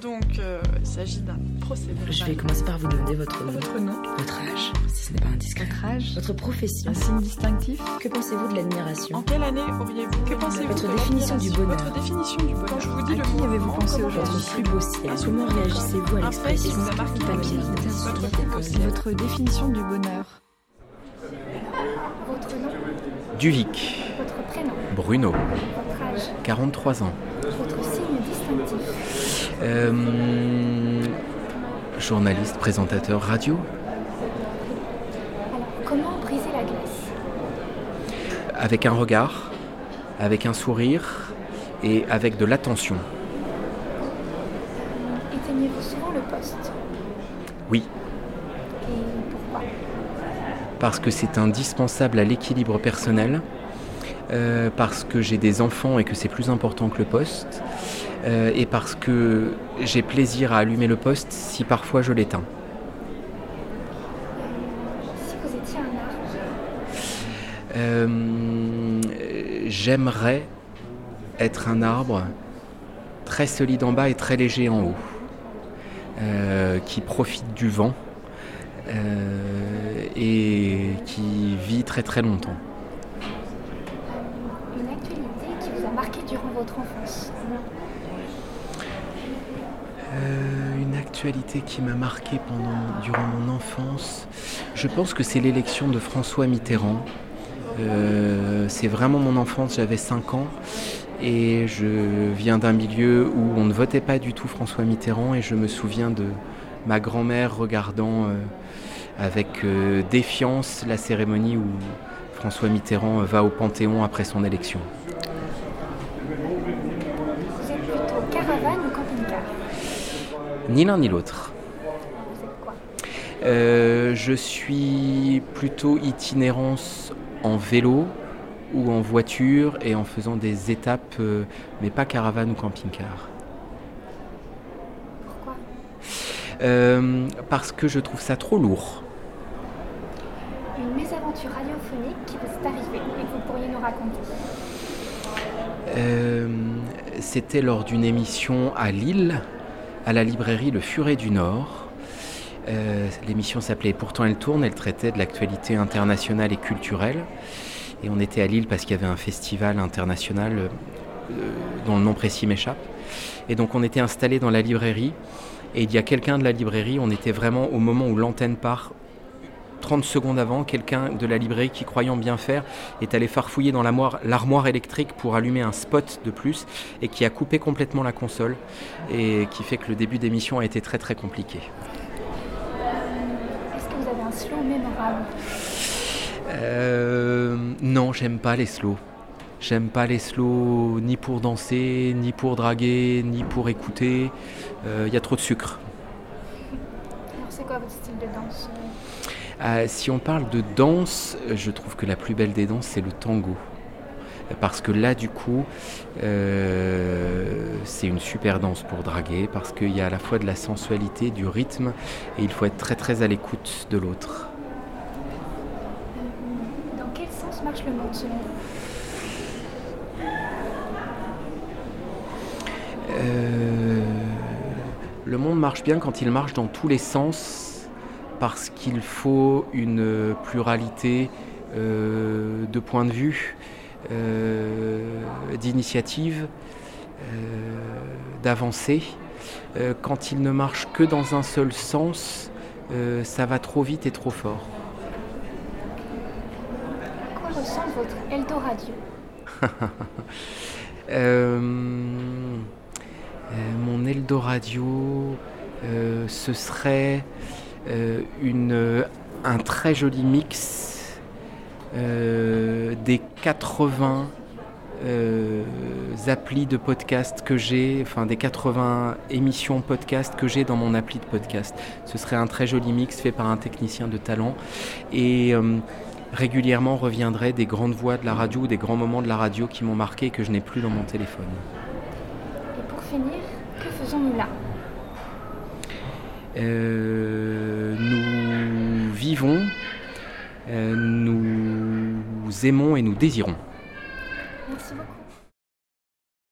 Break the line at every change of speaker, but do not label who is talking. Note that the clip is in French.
Donc, euh, il s'agit d'un procédé.
Je vais commencer par vous demander votre,
Votre nom
votre âge, si ce n'est pas indiscret.
Votre âge
Votre profession.
Un signe distinctif
Que pensez-vous de
En
l'admiration
quelle année auriez-vous Que pensez-vous
Votre
de
définition
l'admiration
du bonheur.
Votre définition du bonheur. Quand je vous dis
À
le
qui
mot
avez-vous
comment
pensé
vous
aujourd'hui
Votre
réagissez
plus beau ciel. Comment
Un fait
réagissez-vous à
qui
l'expression
vous a marqué
du
dans
papier
votre vie. Votre
d'un
plus beau ciel.
Votre définition du bonheur
Votre nom,
Duvic,
votre prénom,
Bruno,
votre âge,
43 ans.
votre signe distinctif,
Euh, journaliste, présentateur, radio
comment briser la glace,
Avec un regard, avec un sourire et avec de l'attention.
éteignez-vous souvent le poste
Oui,
et pourquoi
parce que c'est indispensable à l'équilibre personnel, euh, parce que j'ai des enfants et que c'est plus important que le poste, euh, et parce que j'ai plaisir à allumer le poste si parfois je l'éteins.
Si vous étiez un arbre,
Euh, J'aimerais être un arbre très solide en bas et très léger en haut, euh, qui profite du vent euh, et qui vit très très longtemps.
une actualité qui vous a marqué durant votre enfance,
Euh, une actualité qui m'a marqué pendant, durant mon enfance, je pense que c'est l'élection de François Mitterrand. Euh, c'est vraiment mon enfance, j'avais 5 ans et je viens d'un milieu où on ne votait pas du tout François Mitterrand et je me souviens de ma grand-mère regardant euh, avec euh, défiance la cérémonie où François Mitterrand euh, va au Panthéon après son élection.
vous êtes plutôt caravane ou camping-car,
Ni l'un ni l'autre.
vous êtes quoi
Euh, je suis plutôt itinérance en vélo ou en voiture et en faisant des étapes, euh, mais pas caravane ou camping-car.
Pourquoi
Euh, parce que je trouve ça trop lourd.
Une mésaventure radiophonique qui vous est arrivée et que vous pourriez nous raconter,
Euh, C'était lors d'une émission à Lille, à la librairie Le Furet du Nord. Euh, L'émission s'appelait Pourtant elle tourne, elle traitait de l'actualité internationale et culturelle. Et on était à Lille parce qu'il y avait un festival international euh, euh, dont le nom précis m'échappe. Et donc on était installé dans la librairie. Et il y a quelqu'un de la librairie, on était vraiment au moment où l'antenne part 30 secondes avant, quelqu'un de la librairie qui, croyant bien faire, est allé farfouiller dans l'armoire l'armoire électrique pour allumer un spot de plus et qui a coupé complètement la console et qui fait que le début d'émission a été très très compliqué.
est-ce que vous avez un slow mémorable
Euh, non, j'aime pas les slows. J'aime pas les slows ni pour danser, ni pour draguer, ni pour écouter. Il y a trop de sucre.
Alors c'est quoi votre style de danse
Euh, si on parle de danse, euh, je trouve que la plus belle des danses, c'est le tango. Euh, Parce que là, du coup, euh, c'est une super danse pour draguer, parce qu'il y a à la fois de la sensualité, du rythme, et il faut être très très à l'écoute de l'autre.
Dans quel sens marche le monde selon vous
Euh, le monde marche bien quand il marche dans tous les sens, parce qu'il faut une pluralité euh, de points de vue, euh, d'initiatives, euh, d'avancées. Euh, quand il ne marche que dans un seul sens, euh, ça va trop vite et trop fort.
À quoi ressemble votre Eldoradio
Euh, euh, mon Eldoradio, euh, ce serait euh, une, euh, un très joli mix euh, des 80 euh, applis de podcast que j'ai, enfin des 80 émissions podcast que j'ai dans mon appli de podcast. Ce serait un très joli mix fait par un technicien de talent et euh, régulièrement reviendraient des grandes voix de la radio, ou des grands moments de la radio qui m'ont marqué et que je n'ai plus dans mon téléphone.
Et pour finir, que faisons-nous là
Euh, nous vivons, euh, nous aimons et nous désirons.